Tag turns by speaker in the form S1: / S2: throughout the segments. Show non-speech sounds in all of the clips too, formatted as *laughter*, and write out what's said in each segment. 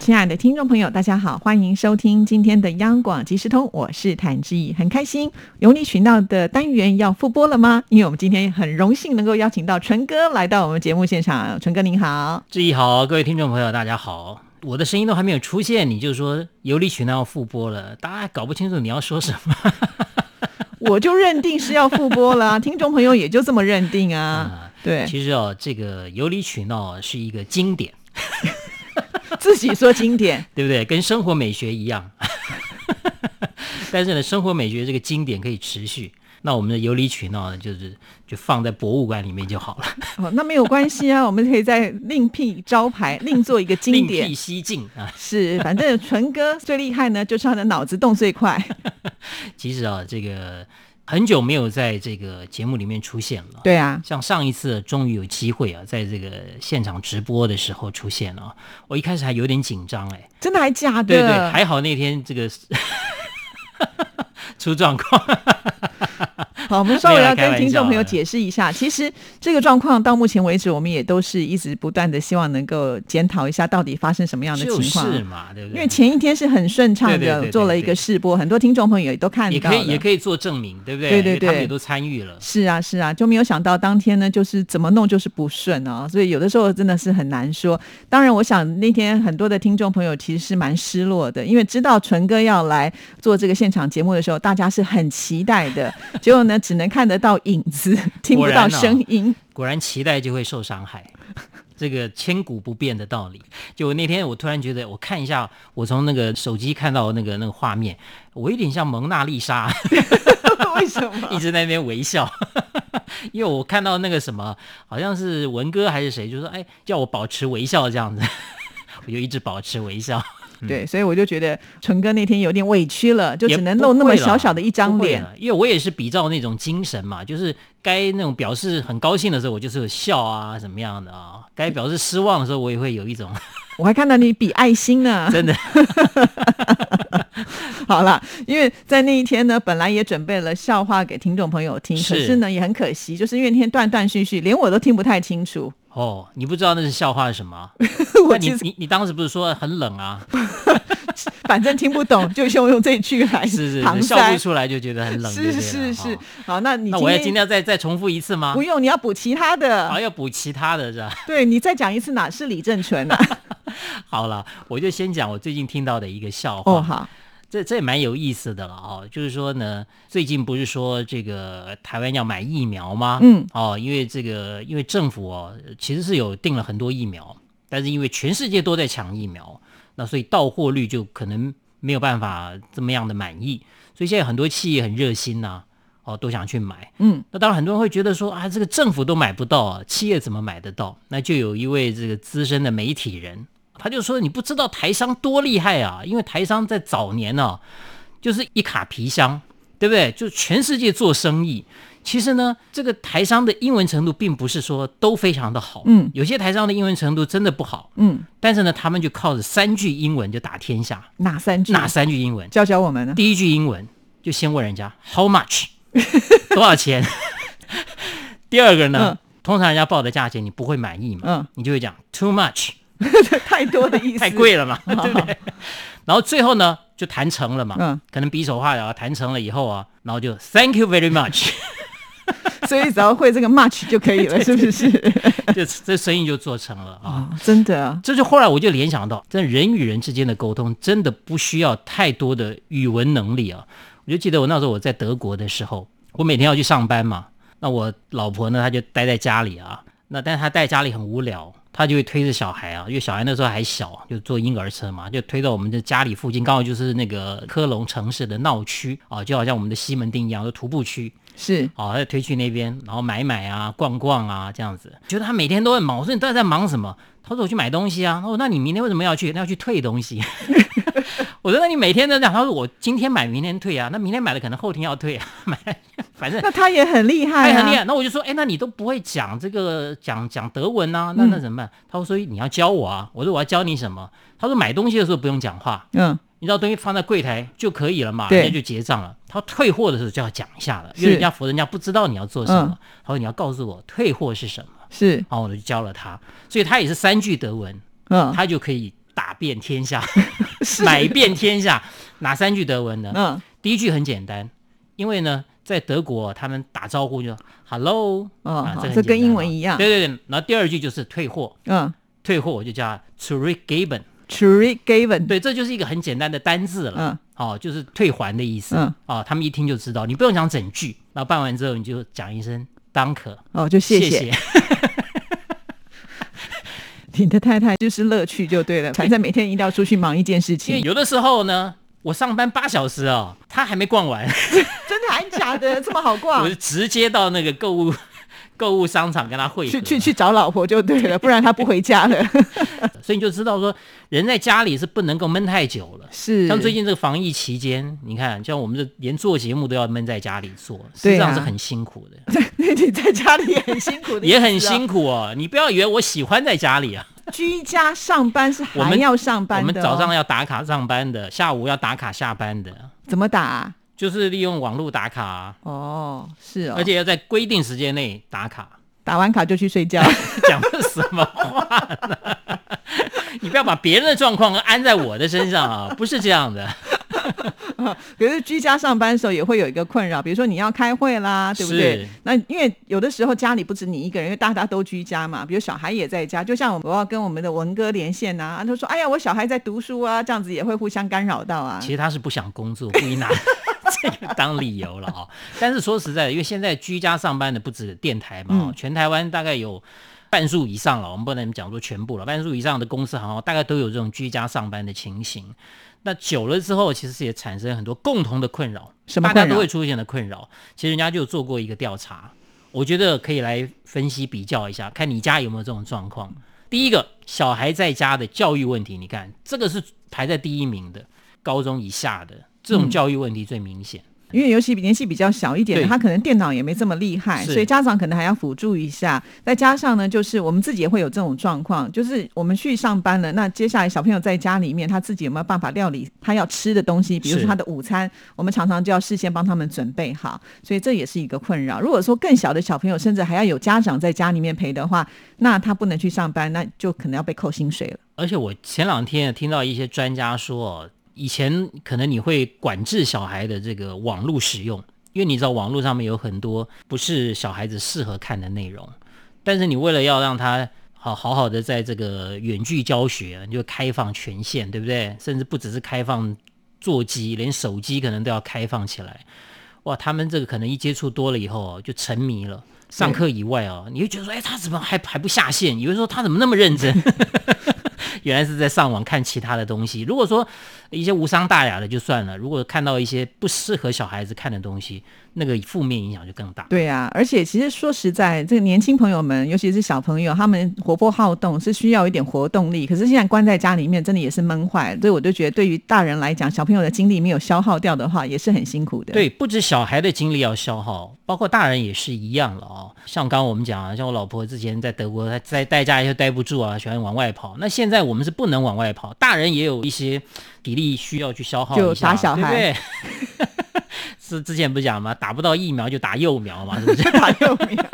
S1: 亲爱的听众朋友，大家好，欢迎收听今天的央广即时通，我是谭志毅，很开心有你群到的单元要复播了吗？因为我们今天很荣幸能够邀请到纯哥来到我们节目现场，纯哥您好。
S2: 志毅好，各位听众朋友，大家好。我的声音都还没有出现，你就说游离曲呢要复播了，大家搞不清楚你要说什么
S1: 我就认定是要复播了啊，听众朋友也就这么认定啊。
S2: *laughs* 啊。
S1: 对，
S2: 其实哦，这个游离曲闹是一个经典，
S1: 自己说经典，
S2: 对不对？跟生活美学一样， *laughs* 但是呢，生活美学这个经典可以持续。那我们的游离曲闹呢，就是就放在博物馆里面就好了，
S1: 哦，那没有关系啊，我们可以再另辟招牌，另做一个经
S2: 另
S1: 典
S2: 辟。蹊径啊。
S1: 是，反正纯哥最厉害呢，就是他的脑子动最快。
S2: 其实啊，这个很久没有在这个节目里面出现了。
S1: 对啊，
S2: 像上一次终于有机会啊，在这个现场直播的时候出现了啊，我一开始还有点紧张哎，
S1: 真的还假的？
S2: 对对，还好那天这个出状况，
S1: *laughs* 好，我们稍微要
S2: 没有啦开
S1: 跟
S2: 玩
S1: 听众朋友
S2: 笑的啊
S1: 解释一下，其实这个状况到目前为止，我们也都是一直不断的希望能够检讨一下到底发生什么样的
S2: 就
S1: 情况。
S2: 是嘛，对不
S1: 因
S2: 对？
S1: 为前一天是很顺畅的
S2: 对对对对
S1: 做了一个试播，很多听众朋友也都看
S2: 也
S1: 到
S2: 可
S1: 了。
S2: 以也可以做证明，对不对？
S1: 对对
S2: 因为他们
S1: 对
S2: 也都参与了。
S1: 是啊，是啊，就没有想到当天呢，就是怎么弄就是不顺啊，所以有的时候真的是很难说。当然，我想那天很多的听众朋友其实是蛮失落的，因为知道纯哥要来做这个现场节目的时候，大家是很期待
S2: *laughs*
S1: 的，结果呢，只能看得到影子，听不到
S2: 果然啊
S1: 声音。 *laughs*
S2: 果然期待就会受伤害，这个千古不变的道理。就那天我突然觉得，我看一下，我从那个手机看到那个那个画面，我有点像蒙娜丽莎。
S1: 为什么？ *laughs*
S2: 一直在那边微笑， *laughs* 因为我看到那个什么，好像是文哥还是谁，就说哎，叫我保持微笑这样子， *laughs* 我就一直保持微笑，
S1: 对，所以我就觉得纯哥那天有点委屈了，就
S2: 也
S1: 只能
S2: 不
S1: 露那么
S2: 会啦
S1: 小小的一 *laughs* 张
S2: 不会
S1: 脸。
S2: 啦因为我也是比照那种精神嘛，就是该那种表示很高兴的时候，我就是有笑啊，怎么样的啊，该表示失望的时候，我也会有一种 *laughs*
S1: 我还看到你比爱心呢。
S2: 真的
S1: *laughs* 好了，因为在那一天呢，本来也准备了笑话给听众朋友听，可
S2: 是
S1: 是呢也很可惜，就是因为那天断断续续，连我都听不太清楚。 *laughs*
S2: 哦，你不知道那是笑话是什么，啊
S1: 我
S2: 那
S1: 其实
S2: 你你你当时不是说很冷
S1: *laughs*
S2: 啊，
S1: 反正听不懂，就用用这句来
S2: 是是
S1: 搪
S2: 是，笑
S1: 塞
S2: 不。出来就觉得很冷就对了，
S1: 哎是是是
S2: 哦，
S1: 好，那你
S2: 那我要今天要啊哎再再重复一次吗
S1: 不？用，你要补其他的。
S2: 还要补其他的是吧？
S1: 对你再讲一次哪是李正淳
S2: *laughs*
S1: 啊？
S2: 好了，我就先讲我最近听到的一个笑话，
S1: 哦，好，
S2: 这这也蛮有意思的了哦。就是说呢，最近不是说这个台湾要买疫苗吗？
S1: 嗯，
S2: 哦，因为这个因为政府哦，其实是有订了很多疫苗，但是因为全世界都在抢疫苗，那所以到货率就可能没有办法这么样的满意，所以现在很多企业很热心呐、哦，都想去买。
S1: 嗯，
S2: 那当然，很多人会觉得说啊，这个政府都买不到啊，企业怎么买得到？那就有一位这个资深的媒体人，他就说你不知道台商多厉害啊，因为台商在早年呢、就是一卡皮箱，对不对？就全世界做生意。其实呢，这个台商的英文程度并不是说都非常的好，
S1: 嗯，
S2: 有些台商的英文程度真的不好，
S1: 嗯，
S2: 但是呢，他们就靠着三句英文就打天下。
S1: 哪三句？
S2: 哪三句英文？
S1: 教教我们啊呢？
S2: 第一句英文就先问人家 how much *laughs* 多少钱。 *laughs* 第二个呢，
S1: 嗯
S2: 通常人家报的价钱你不会满意嘛，
S1: 嗯
S2: 你就会讲 too much
S1: *laughs* 太多的意思，
S2: 太贵了嘛，
S1: *laughs*
S2: 对不对？然后最后呢就谈成了嘛，
S1: 嗯
S2: 可能比手画脚啊谈成了以后啊，然后就 thank you
S1: *laughs*
S2: very much，
S1: 所以只要会这个 much 就可以
S2: *laughs*
S1: 了，是不是？
S2: 这这生意就做成了啊。
S1: 啊，真的啊，
S2: 这就后来我就联想到，在人与人之间的沟通，真的不需要太多的语文能力啊。我就记得我那时候我在德国的时候，我每天要去上班嘛，那我老婆呢，她就待在家里啊，那但是她待在家里很无聊，她就会推着小孩啊，因为小孩那时候还小，就坐婴儿车嘛，就推到我们的家里附近，刚好就是那个科隆城市的闹区啊，就好像我们的西门町一样，就徒步区。
S1: 是
S2: 哦，再推去那边，然后买买啊，逛逛啊，这样子。觉得他每天都很忙，我说你到底在忙什么？他说我去买东西啊。我说那你明天为什么要去？他要去退东西。 *laughs* 我说那你每天都这样，他说我今天买明天退啊，那明天买了可能后天要退啊， *laughs* 买了反正
S1: 那他也很厉
S2: 他
S1: 害、
S2: 也
S1: 啊，
S2: 很厉害。那我就说，哎、那你都不会讲这个讲讲德文呐、那
S1: 嗯
S2: 那怎么办？他说，所以你要教我啊。我说我要教你什么？他说买东西的时候不用讲话，
S1: 嗯，
S2: 你知道东西放在柜台就可以了嘛，
S1: 对
S2: 人家就结账了。他退货的时候就要讲一下了，因
S1: 是
S2: 为人家否则人家不知道你要做什么。
S1: 嗯
S2: 他说你要告诉我退货是什么，
S1: 是，
S2: 然后我就教了他，所以他也是三句德文，
S1: 嗯，
S2: 他就可以打遍天下，
S1: *laughs* 是
S2: 买遍天下。哪三句德文呢？
S1: 嗯
S2: 第一句很简单，因为呢，在德国他们打招呼就 “hello”，
S1: 哦
S2: 啊
S1: 好
S2: 这
S1: 这跟
S2: 个很简单
S1: 英文
S2: 嘛
S1: 一样
S2: 对对对，然后第二句就是退货，
S1: 嗯
S2: 退货我就叫 “zurückgeben”，
S1: t r i g a v e n
S2: 对，这就是一个很简单的单字了。
S1: 嗯
S2: 哦，就是退还的意思。
S1: 嗯
S2: 哦，他们一听就知道，你不用讲整句，然后办完之后你就讲一声 “danke”，
S1: 哦，就谢
S2: 谢
S1: 谢你的太太，就是乐趣就对了，反正每天一定要出去忙一件事
S2: 因为
S1: 情，
S2: 有的时候呢，我上班八小时哦，他还没逛完，
S1: 真的还假
S2: *laughs*
S1: 的？这么好
S2: 我
S1: 逛
S2: 就？直接到那个购物 *laughs* 购物商场跟他会合
S1: 去去去找老婆就对了，不然她不回家
S2: *laughs*
S1: 了。
S2: 所以你就知道说，人在家里是不能够闷太久了。
S1: 是，
S2: 像最近这个防疫期间，你看，像我们这连做节目都要闷在家里做，实
S1: 对啊
S2: 际上是很辛苦
S1: *laughs*
S2: 的，
S1: *laughs* 你在家里也很辛苦的，啊
S2: 也很辛。苦哦。你不要以为我喜欢在家里啊，
S1: 居家上班是
S2: 我
S1: 还
S2: 们
S1: 要上班
S2: 我
S1: 的哦，
S2: 们早上要打卡上班的，下午要打卡下班的，
S1: 怎么打啊？
S2: 就是利用网络打卡啊、
S1: 哦，是哦，
S2: 而且要在规定时间内打卡。 *laughs*
S1: 打完卡就去睡觉。
S2: 讲的什么话呢？ *laughs* 你不要把别人的状况安在我的身
S1: *laughs*
S2: 上啊，不是这样的。
S1: 可是居家上班的时候也会有一个困扰，比如说你要开会啦，对不对
S2: 是？
S1: 那因为有的时候家里不止你一个人，因为大家都居家嘛，比如小孩也在家，就像我要跟我们的文哥连线呐、啊，他说：“哎呀，我小孩在读书啊，这样子也会互相干扰到啊。”
S2: 其实他是不想工作，故意拿 *laughs* 这个当理由了啊、但是说实在的，因为现在居家上班的不止电台嘛、
S1: 嗯
S2: 全台湾大概有半数以上了，我们不能讲说全部了，半数以上的公司行号大概都有这种居家上班的情形。那久了之后，其实也产生很多共同的困扰，
S1: 什么
S2: 大家
S1: 困扰
S2: 都会出现的困扰。其实人家就做过一个调查，我觉得可以来分析比较一下，看你家有没有这种状况。第一个，小孩在家的教育问题，你看这个是排在第一名的，高中以下的这
S1: 嗯
S2: 种教育问题最明显。
S1: 因为尤其年纪比较小一点的，
S2: 对
S1: 他可能电脑也没这么厉害，
S2: 是
S1: 所以家长可能还要辅助一下。再加上呢，就是我们自己也会有这种状况，就是我们去上班了，那接下来小朋友在家里面，他自己有没有办法料理他要吃的东西？比如说
S2: 是
S1: 他的午餐，我们常常就要事先帮他们准备好，所以这也是一个困扰。如果说更小的小朋友，甚至还要有家长在家里面陪的话，那他不能去上班，那就可能要被扣薪水了。
S2: 而且我前两天也听到一些专家说哦，以前可能你会管制小孩的这个网络使用，因为你知道网络上面有很多不是小孩子适合看的内容，但是你为了要让他好好好的在这个远距教学，你就开放权限，对不对？甚至不只是开放座机，连手机可能都要开放起来。哇，他们这个可能一接触多了以后哦就沉迷了。上课以外哦，你会觉得说，哎，他怎么还还不下线？有人说他怎么那么认真？ *laughs* 原来是在上网看其他的东西。如果说一些无伤大雅的就算了，如果看到一些不适合小孩子看的东西，那个负面影响就更大。
S1: 对呀、而且其实说实在，这个年轻朋友们，尤其是小朋友，他们活泼好动是需要一点活动力。可是现在关在家里面，真的也是闷坏。所以我就觉得，对于大人来讲，小朋友的精力没有消耗掉的话，也是很辛苦的。，
S2: 对，不止小孩的精力要消耗，包括大人也是一样了哦。像刚刚我们讲啊，像我老婆之前在德国，她在待家又待不住啊，喜欢往外跑。那现在我们是不能往外跑，大人也有一些体力需要去消耗
S1: 就
S2: 一下
S1: 打小孩
S2: 对不对？ *laughs* 是之前不是讲吗？打不到疫苗就打幼苗嘛，是不是？ *laughs*
S1: 打幼苗、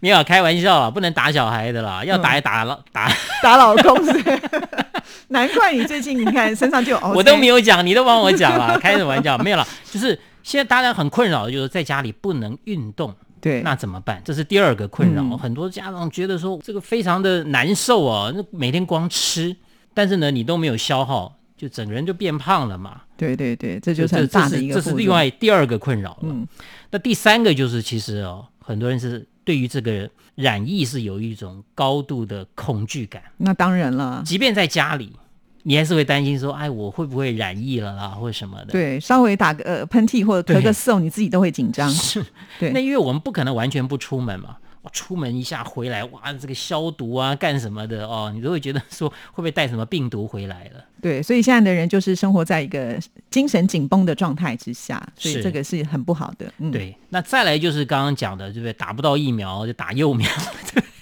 S2: 没有开玩笑啊，不能打小孩的啦，要
S1: 嗯
S2: 打也打了、打，
S1: 打老公是不是 *laughs* 难怪你最近你看身上就有凹
S2: 我都
S1: 陷
S2: 没有讲，你都帮我
S1: *laughs*
S2: 讲了，开什么玩笑？没有了，就是现在大家很困扰的就是在家里不能运动。
S1: 对，
S2: 那怎么办？这是第二个困扰，
S1: 嗯
S2: 很多家长觉得说这个非常的难受啊，那每天光吃，但是呢你都没有消耗，就整个人就变胖了嘛。
S1: 对对对，这就是
S2: 这
S1: 很
S2: 这
S1: 大的
S2: 是
S1: 一个
S2: 这是
S1: 负
S2: 另
S1: 担
S2: 外第二个困扰了。
S1: 嗯
S2: 那第三个就是其实哦，很多人是对于这个染疫是有一种高度的恐惧感，
S1: 那当然了。
S2: 即便在家里，你还是会担心说，哎，我会不会染疫了啦，或者什么的。
S1: 对，稍微打个、呃、喷嚏或者咳个
S2: 对
S1: 嗽，你自己都会紧张。
S2: 是，
S1: *laughs* 对
S2: 那因为我们不可能完全不出门嘛，我出门一下回来，哇，这个消毒啊，干什么的哦，你都会觉得说会不会带什么病毒回来了？
S1: 对，所以现在的人就是生活在一个精神紧绷的状态之下，所以
S2: 是
S1: 这个是很不好的。嗯，，
S2: 对，那再来就是刚刚讲的，对不对？打不到疫苗就打幼苗， *laughs*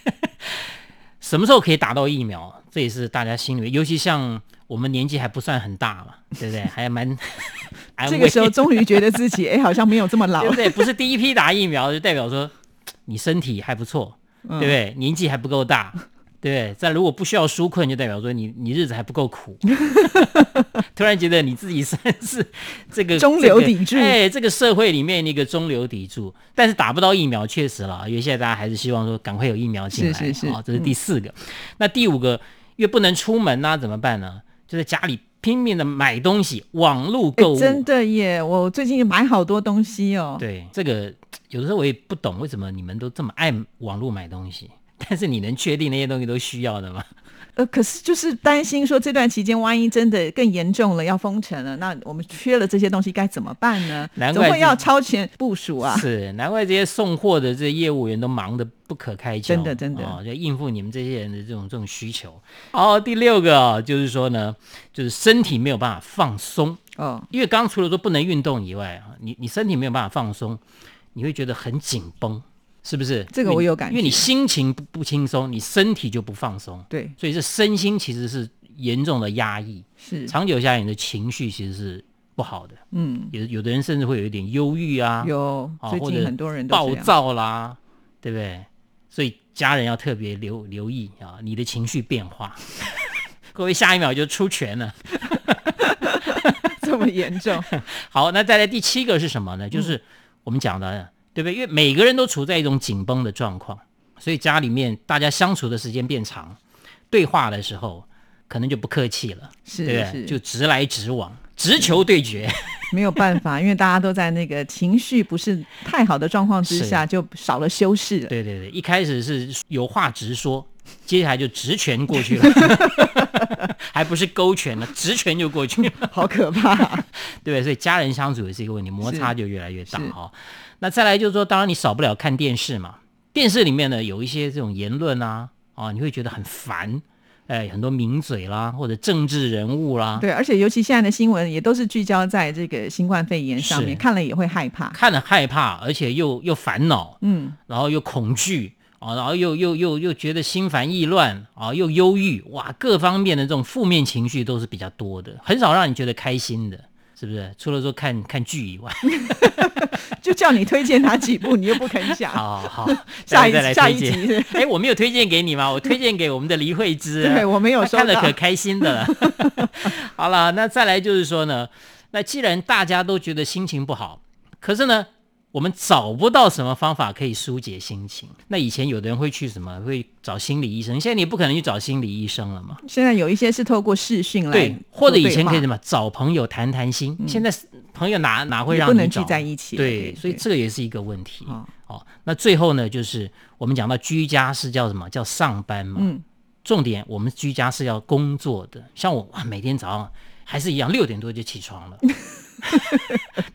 S2: 什么时候可以打到疫苗？这也是大家心里面，尤其像我们年纪还不算很大嘛，对不对？还蛮 *laughs* 安慰。
S1: 这个时候终于觉得自己哎、好像没有这么老了
S2: *laughs* 对不。对？不是第一批打疫苗，就代表说你身体还不错，对
S1: 嗯
S2: 不对？年纪还不够大，对不对？再如果不需要纾困，就代表说你你日子还不够苦。 *laughs* 突然觉得你自己算是这个
S1: 中流砥柱
S2: 这个哎，这个社会里面的一个中流砥柱，但是打不到疫苗，确实了，因为现在大家还是希望说赶快有疫苗进来，
S1: 是嗯是是
S2: 哦，这是第四个。那第五个，因为不能出门呐、怎么办呢？就在家里拼命的买东西，网络
S1: 哎
S2: 购物，
S1: 真的耶！我最近买好多东西哦。
S2: 对，这个有的时候我也不懂为什么你们都这么爱网络买东西，但是你能确定那些东西都需要的吗？
S1: 呃，可是就是担心说这段期间万一真的更严重了，要封城了，那我们缺了这些东西该怎么办呢？
S2: 难
S1: 总
S2: 怪
S1: 会
S2: 是
S1: 要超前部署啊。
S2: 是，难怪这些送货的这些业务员都忙得不可开交，
S1: 真的真的
S2: 哦，就应付你们这些人的这种这种需求。哦，第六个哦就是说呢，就是身体没有办法放松，
S1: 哦，
S2: 因为刚刚除了说不能运动以外啊，你你身体没有办法放松，你会觉得很紧绷，是不是？
S1: 这个我有感
S2: 因为你心情不不轻松，你身体就不放松。
S1: 对，
S2: 所以这身心其实是严重的压抑，
S1: 是，
S2: 长久下来你的情绪其实是不好的，
S1: 嗯，
S2: 有有的人甚至会有一点忧郁啊，
S1: 有，
S2: 啊
S1: 最
S2: 或
S1: 近
S2: 者
S1: 很多人都
S2: 暴
S1: 这样。
S2: 躁啦，对不对？所以家人要特别留留意啊，你的情绪变化， *laughs* 会不会下一秒就出拳了？
S1: 这么严
S2: *laughs*
S1: 重，
S2: 好，那再来第七个是什么
S1: 嗯
S2: 呢？就是我们讲的，对不对？因为每个人都处在一种紧绷的状况，所以家里面大家相处的时间变长，对话的时候可能就不客气了，
S1: 是
S2: 对不
S1: 是
S2: 对？就直来直往，直球对决。 *laughs*
S1: 没有办法，因为大家都在那个情绪不是太好的状况之
S2: 是
S1: 下，就少了修饰
S2: *laughs*
S1: 了。
S2: 对对对，一开始是有话直说，接下来就直拳过去了， *laughs* 还不是勾拳了，直拳就过去了。
S1: 好可怕、
S2: *laughs* 对，所以家人相处也是一个问题，摩擦
S1: 是
S2: 就越来越大
S1: 是
S2: 哈、哦。那再来就是说，当然你少不了看电视嘛，电视里面呢有一些这种言论啊，啊，你会觉得很烦，哎，很多名嘴啦，或者政治人物啦，
S1: 对，而且尤其现在的新闻也都是聚焦在这个新冠肺炎上面，
S2: 是
S1: 看了也会害怕。
S2: 看了害怕，而且又又烦恼，
S1: 嗯，
S2: 然后又恐惧。啊，然后又又又又觉得心烦意乱啊，又忧郁，哇，各方面的这种负面情绪都是比较多的，很少让你觉得开心的，是不是？除了说看看剧以外，
S1: 就叫你推荐哪几部，你又不肯讲。
S2: 好
S1: *laughs*
S2: 好，
S1: 下一
S2: 再来
S1: 下
S2: 推
S1: 一
S2: 荐。
S1: 集，
S2: 哎，我没有推荐给你吗？我推荐给我们的黎慧芝、
S1: *laughs*
S2: 啊，
S1: 对我没有
S2: 她
S1: 收
S2: 看了
S1: 到
S2: 可开心的了。
S1: *laughs*
S2: 好了，那再来就是说呢，那既然大家都觉得心情不好，可是呢，我们找不到什么方法可以疏解心情。那以前有的人会去什么，会找心理医生，现在你不可能去找心理医生了嘛。
S1: 现在有一些是透过视讯来
S2: 对
S1: 做，
S2: 或者以前
S1: 话
S2: 可以什么找朋友谈谈心，现在是朋友哪哪会
S1: 也
S2: 让
S1: 不
S2: 你
S1: 能
S2: 找
S1: 聚在一起了。
S2: 对，所以这个也是一个问题。
S1: 哦
S2: 哦，那最后呢，就是我们讲到居家是叫什么？叫上班嘛。
S1: 嗯。
S2: 重点，我们居家是要工作的。像我哇，每天早上还是一样，六点多就
S1: *laughs*
S2: 起床了，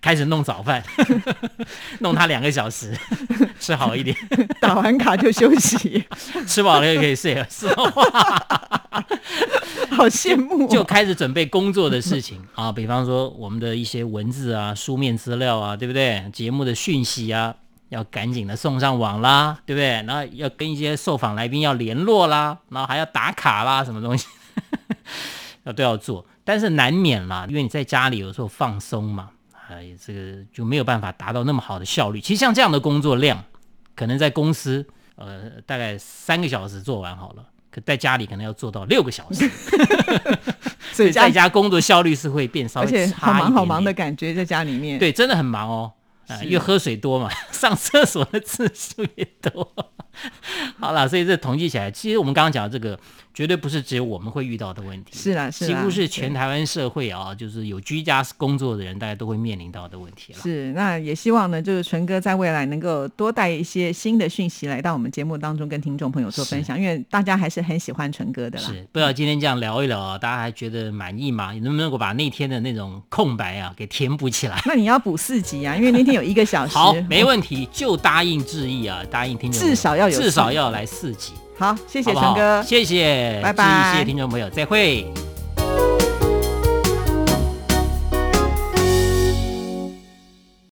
S2: 开始弄早饭， *laughs* 弄它两个小时， *laughs* 吃好一点， *laughs*
S1: 打完卡就休息，
S2: 吃饱了就可以睡了，是吧？
S1: 好羡 *laughs* 慕哦、
S2: 就开始准备工作的事情 *laughs* 啊，比方说我们的一些文字啊、书面资料啊，对不对？节目的讯息啊，要赶紧的送上网啦，对不对？然后要跟一些受访来宾要联络啦，然后还要打卡啦，什么东西 *laughs* 要都要做，但是难免啦，因为你在家里有时候放松嘛，哎，这个就没有办法达到那么好的效率。其实像这样的工作量，可能在公司呃大概三个小时做完好了。可在家里可能要做到六个小时，
S1: 所以
S2: 在
S1: 家，
S2: 家工作效率是会变稍
S1: 而
S2: 微
S1: 且好
S2: 差一点
S1: 忙好忙的
S2: 点
S1: 感觉，在家里面。，
S2: 对，真的很忙哦。啊、
S1: 是
S2: 因为喝水多嘛， *laughs* 上厕 *laughs* 所的次数也多。好啦，所以这统计起来，其实我们刚刚讲的这个绝对不是只有我们会遇到的问题，
S1: 是啦是啊
S2: 几
S1: 啦，
S2: 乎是
S1: 对
S2: 全台湾社会啊，就是有居家工作的人，大家都会面临到的问题了。
S1: 是，那也希望呢，就是纯哥在未来能够多带一些新的讯息来到我们节目当中，跟听众朋友做分享，因为大家还是很喜欢纯哥的啦。
S2: 是，不知道今天这样聊一聊啊，大家还觉得满意吗？你能不能够把那天的那种空白啊给填补起来？
S1: 那你要补四集啊，因为那天有一个小时。
S2: 好，
S1: *laughs*
S2: 没问题，就答应志毅啊，答应听众朋友，
S1: 至少要有
S2: 至少
S1: 四
S2: 要来四集，
S1: 好，谢
S2: 谢
S1: 谢纯哥，
S2: 谢谢，
S1: 拜拜
S2: 志毅谢谢听众朋友，再会。